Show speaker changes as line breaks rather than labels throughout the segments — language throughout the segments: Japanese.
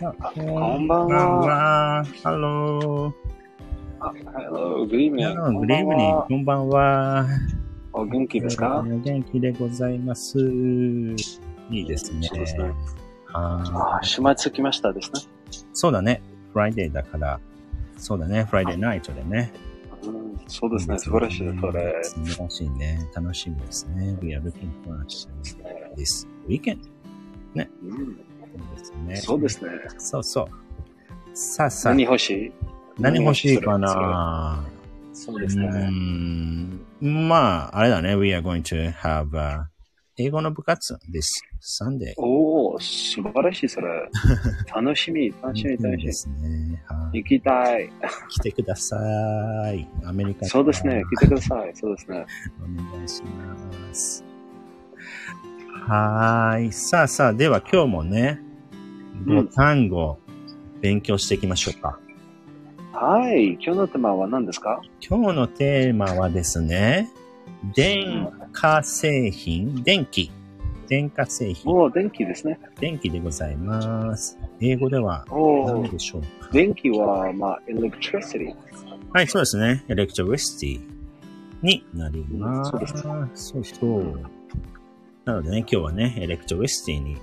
こ
こ
んばんは。
は。ハロー。
あ Hello, good evening.
ハロー、グリーブニー。こんばんは。
お元気ですか
えー元気でございます。いいですね。
そうですね。
は
あー週末来ましたですね。
い。そうだね。フライデーだから。そうだね。フライデーナイトでね。
うん、そうですね。素晴らしいです、それ。
素晴らしいね。楽しみですね。We are looking forward to this weekend.
うん、
ですね。
そうですね。
そうそう。さあさあ
何、欲しい
何欲しいか
何
な
そううです
ー
ね。
んまあ、あれだね。We are going to have、uh, 英語の部活 this Sunday.
おお、素晴らしい、それ。楽しみ、楽しみ、楽し
で
み。
すね。はい。
行きたい。
来てください。アメリカから
そうですね。来てください。そうですね。
お願いします。はーい。さあさあ、では今日もね、
うん
5単語、勉強していきましょうか。
はい。今日のテーマは何ですか
今日のテーマはですね、電化製品、電気。電化製品、
もう電気ですね。
電気でございます。英語では
おお
何。でしょうか
電気は、まあ、electricity。
はい、そうですね。エレクトリシティになります。
そうです
そうそう。なのでね、今日はね、エレクトリシティに、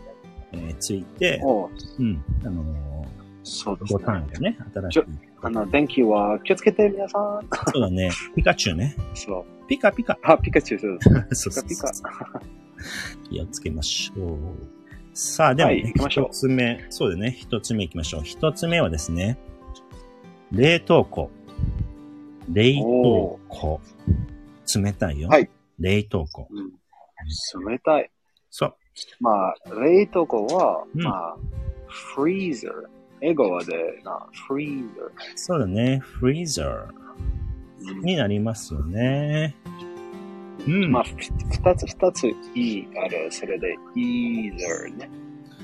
えーついて、
おー
うん、あの
そうで
ー、
す
ボ
ね
タ。ンがね、新し
ち
い
ょ。あの、電気は気をつけて、皆さん。
そうだね、ピカチュウね。
そう。
ピカピカ。
あ、ピカチュウ、そうで
そ
す。
うそう
ピカ
そう気をつけましょう。さあ、では、
はい
ね
行き、ましょう
一つ目、そうだね、一つ目行きましょう。一つ目はですね、冷凍庫。冷凍庫。冷たいよ。
はい
冷凍庫。
ピカ。冷たい。
そう。
まあ、冷凍庫は、
うん
まあ、フリーザー。英語はで、な、フリーザー。
そうだね。フリーザーになりますよね。うん。
まあ、ふ二つ、二つ、いい、あれ、それで、イーザーね。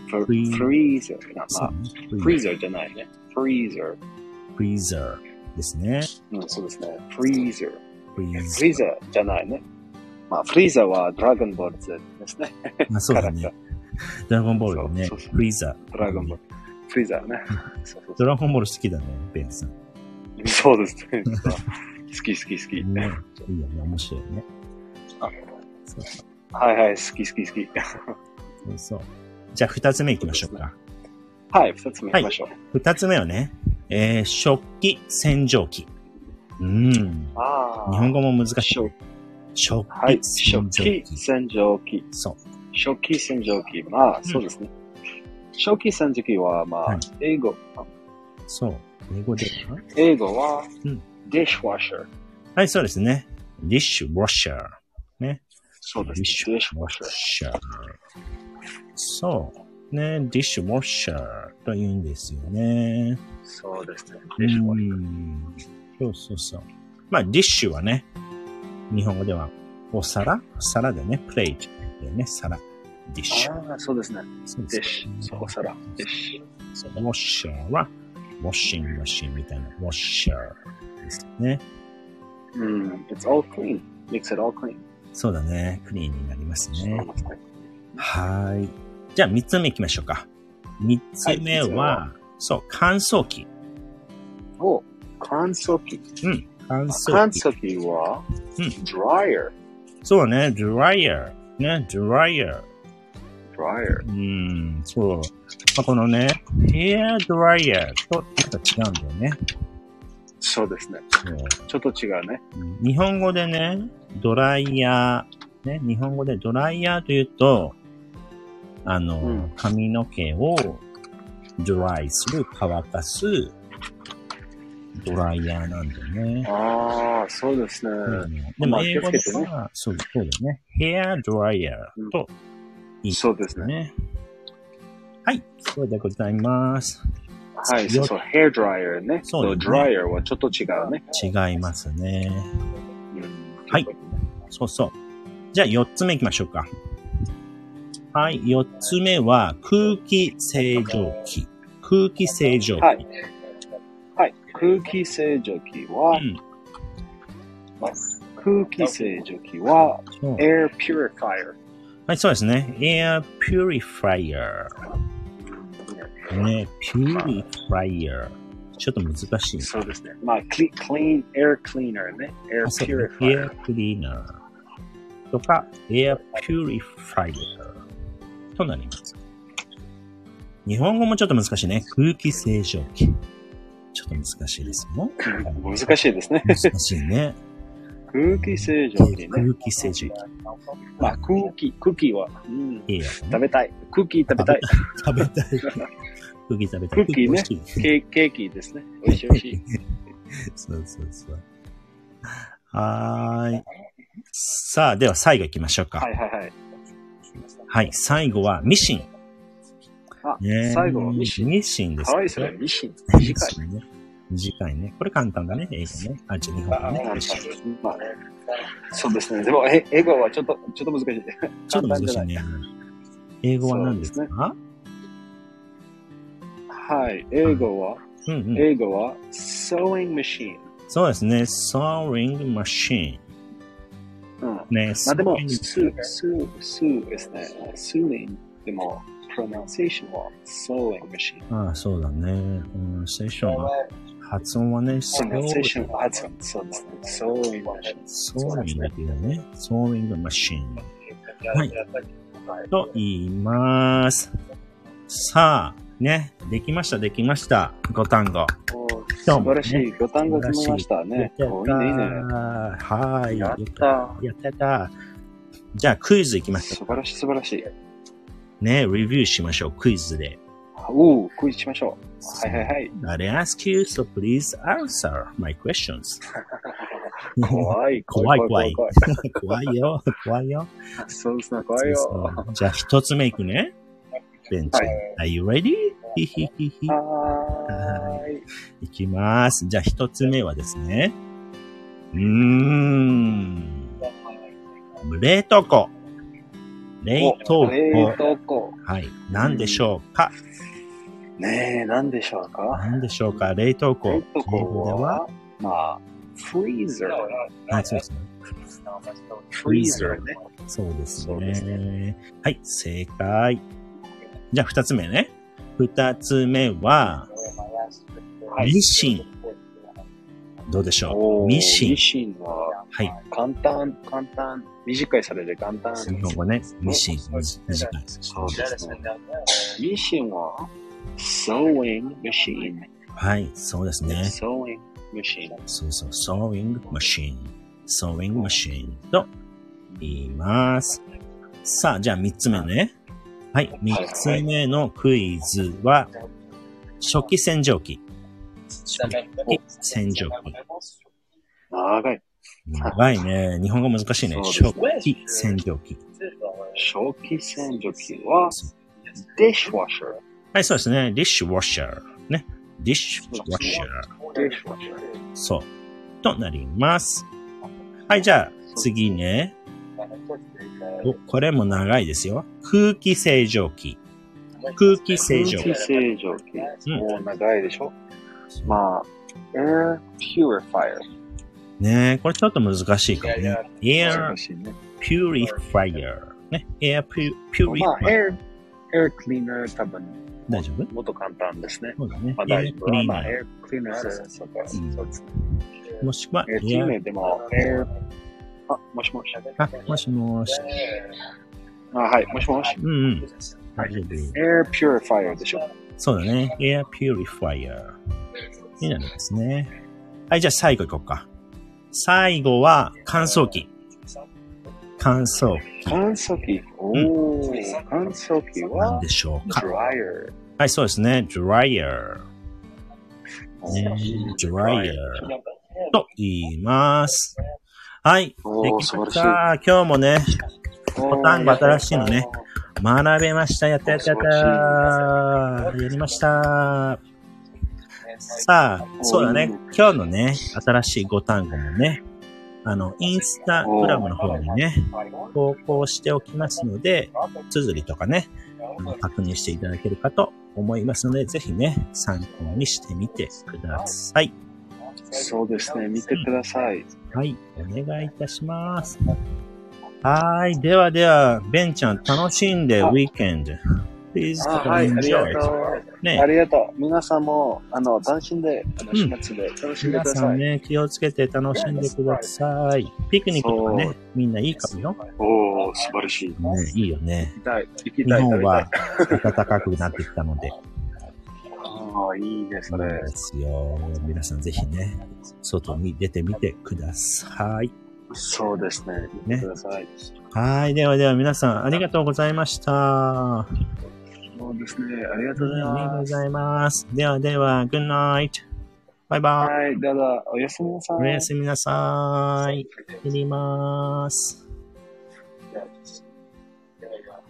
フフ
リー
リーザー。なま
そう
あ、
ね
フリーザーじゃないね。フリーザー。
フリーザーですね。
うん、そうですね。フリーザー。
フリー
フリーザーじゃないね。まあ、フリーザーはドラゴンボール Z ですね。
ザー。まあ、そうだね。ドラゴンボールだね。
そうそうそう
フリーザー。
ドラゴンボール。フリーザーね。そうそうそう
ドラゴンボール好きだね、ベンさん。
そうですね。 好き好き好き。
ね、いいよね、面白いよね。そうそ
はいはい、好き好き好き。
うそう。じゃあ、二つ目行きましょうか。
はい、二つ目行きましょう。
二つ目はね、えー、食器洗浄機。うん。日
ああ。
本語も難しい。
食
食
はい
器、洗
食
浄
器
機。
洗浄機。
そう。
食器洗浄機。まあ、そうですね。食器洗浄機は、ま
は
あ
い、
英語、
そう。英語では
英語は
うん、
ディッシュワッシャー。
はい、そうですね。ディッシュウォッシャー。ね。
そうで
ディッ
す
シュウ
ね。ディッシュ
ォ
ワ
ッ
ッシャー。
シャー。そう。ね、ディッシュウォッシャーと言うんですよね。
そうですね。
う
ディッシュワッシャー。
ん。そうそうそう。まあ、ディッシュはね、日本語ではお皿皿でね、プレートでね、皿。ディッシュ。
ああ、そうですね。
そう
ディッシュ。そう、お皿。ディッシュ。
そうウォッシャーは、ウォッシングマシンみたいな、ウォッシャーですね。
うん。It's all clean. Makes it all clean.
そうだね。クリーンになりますね。
そうですね
はい。じゃあ、三つ目行きましょうか。三つ目は、
は
そう、乾燥機。
お、乾燥機。
うん。乾
乾
燥機。
燥機は、
うん
dryer。
そうね、ドライヤー。ね、ドライヤ
dryer。
ー。うん、そう。まあ、このね、ヘアドライヤーとちょっと違うんだよね。
そうですね。
そう
ちょっと違うね。
うん日本語でね、ドライヤー、ね、日本語でドライヤーというと、あの、
うん
髪の毛をドライする、乾かす、ドライヤーなんだよね。
ああ、そうですね。
うんでも英語で
まあ気をつけて
は、そうそうだね。ヘアドライヤーといいです
そうですね。
ね。はい、そうでございます。
はい、そうそう、ヘアドライヤーね。
そうですね
ドライヤーはちょっと違うね。
違いますね。
うん
はいそうそう。じゃあ、四つ目行きましょうか。はい、四つ目は、空気清浄機。空気清浄機。
はい。はい、空気清浄機は、
うん
まあ空気清浄機は、
そう
エアピュリファイア。
はい、そうですね。Air Purifier。ね、purifier。ちょっと難しいね。
そうですね。まあ、クリ、クリーン、エアクリーナーね。エア
あ
ピ
そう
ュリ
ね
ファイ
エアクリーナーとか、エアピュリファイアとなります。日本語もちょっと難しいね。空気清浄機。ちょっと難しいですよ。
難しいですね。
難しいね。
空気清浄機ね。
空気清浄
まあ、空気、空気は、うん、
機。いいよ
食べたい。空気食べたい。
食べたい。空気食べたい。空
空気ね
気 美味しい
ケーキケーキですね。美味しい美味 しい。
そうそうそう。はーい。さあ、では最後行きましょうか。
はいはいはい。
はい、最後はミシン。
あ、
ね
最後はミシン。
ミシンです
か
ね。
わいそうミシン。
ミ
短い。
シンね。短いね。これ簡単だね、英語ね。あ、じゃあ日本語ね。
まあね、そうですね。でも、え英語はちょっと、ちょっと難しい。
ちょっと難しいね。英語は何です
そう
か
はい。英語は、
うんうん。
英語は、sewing machine。
そうですね。sewing machine。
うん。
ね、
まあでも
sewing、
す、す、すですね。すに、でも、プロナンセーションは、sewing machine。
ああ、そうだね。うん、セッションは、
プ
発音はね、
ロナンセーション
sewing
は発音。そうですね。sewing machine。
sewing だけどね。sewing machine はいと言います。さあ、ね、できました、できました。ご単語。
お素晴らしい。ご単語決めましたね。
やっ
おい
た
い
ー
ね、いいね。
はい。
やっ
よか
た。
やったやった。じゃあ、クイズいきましょ
素晴らしい、素晴らしい。
う。ね、レビューしましょう、クイズで。
おお、クイズしましょう。はいはいはい。
I ask you, so please answer my questions.
怖い、
怖い
怖
怖
い。
い
怖い
怖いよ、怖いよ。
そうですね、怖いよ。
そうそうじゃあ、一つ目いくね。ベンチ。
はい
Are you ready? ひひひひ。
はーい。
いきます。じゃあ、一つ目はですね。うーん。冷凍庫。冷凍庫。
冷凍庫。
はい。何でしょうか、
ねえ、なんでしょうか
何でしょうか冷凍庫。
冷
英
凍庫
語では
は、まあ、フリーザー。
はい、そうですね。
フリーザーね。
そうです
そうです
ね。はい、正解。じゃあ、二つ目ね。二つ目は、
い
ミシン。どうでしょ
お
う
ー
ミシン
ミ。シンは、
はい。
簡単、簡単。短いされて簡単。
日本語ね。ミシン。短い。
そうですね。ミシンは、sewing machine。
はい、そうですね。
sewing machine。
そうそう、sewing machine。sewing machine と言います。さあ、じゃあ3つ目ね。はい、3つ目のクイズは、初期洗浄機。洗浄機。
長い。
長いね。日本語難しいね。
そう
初期洗浄機。
正気洗浄機は、dishwasher。
はい、そうですね。dishwasher。ね。dishwasher。
dishwasher。
そう。となります。はい、じゃあ次ね。お、これも長いですよ。空気清浄機。空気清浄
空気清浄機。
うん
もう長いでしょまあ、air purifier。
ねえ、これちょっと難しいかもね。air
難しいね
purifier。ね。air pu-
まあ、
purifier。
air、air cleaner 多分、
大丈夫
もっと簡単ですね。
そうだね。
まあ、大
air
丈夫。ま
cleaner。
あ、air cleaner ある。そうか。
うん
そうですね。
もしくは
air
air。
cleaner でも、air、あ、もしもし。
あ、もしもし。
あ、はい、もしもし。
うんうん。大丈夫。
air purifier でしょ。
そうだね。air purifier。になりますね。はい、じゃあ最後いこうか。最後は乾燥機。乾燥機。
乾燥機。おー、乾燥機
なん
は、
でしょうか
dryer。
はい、そうですね。dryer。ね dryer。と言います。はい。で
おー、
き
素
ま
晴ら
し。
した
今日もね、
い。
ボタンが新しいのね。学べました。やったやったやった。やりました。さあ、そうだね。今日のね、新しいご単語もね、あの、インスタグラムの方にね、投稿しておきますので、綴りとかね、あの確認していただけるかと思いますので、ぜひね、参考にしてみてください。
そうですね、見てください。
はい、お願いいたします。はーい、ではでは、ベンちゃん楽しんで、ウ
あ
ィーケンド。 Please
あ
come
はい、あり
enjoy.
がとう。
ね
ありがとう。皆さんも、あの、単身で、あの、
うん
始末で楽しんで
皆
くだ
さ
さ
ん
い。
ね、気をつけて楽しんでください。ピクニックとか
そ
ね、みんないいかもよ。
おお素晴らしい。
ね、いいよね。
行きたい。行き
日
たい。
本は暖かくなってきたの で、
ああ、いいです
そう
ね。
ですよ。皆さんぜひね、外に出てみてください。
そうですね。行ってください。
はい。ではでは皆さん、ありがとうございました。あ
そうですね。ありがとう
り
ござ
がとう
いま
ご
す。
ざいます。ではでは、good night. バイバイ。
はい、どうぞ、おやすみなさい。
おやすみなさい。切ります。
み。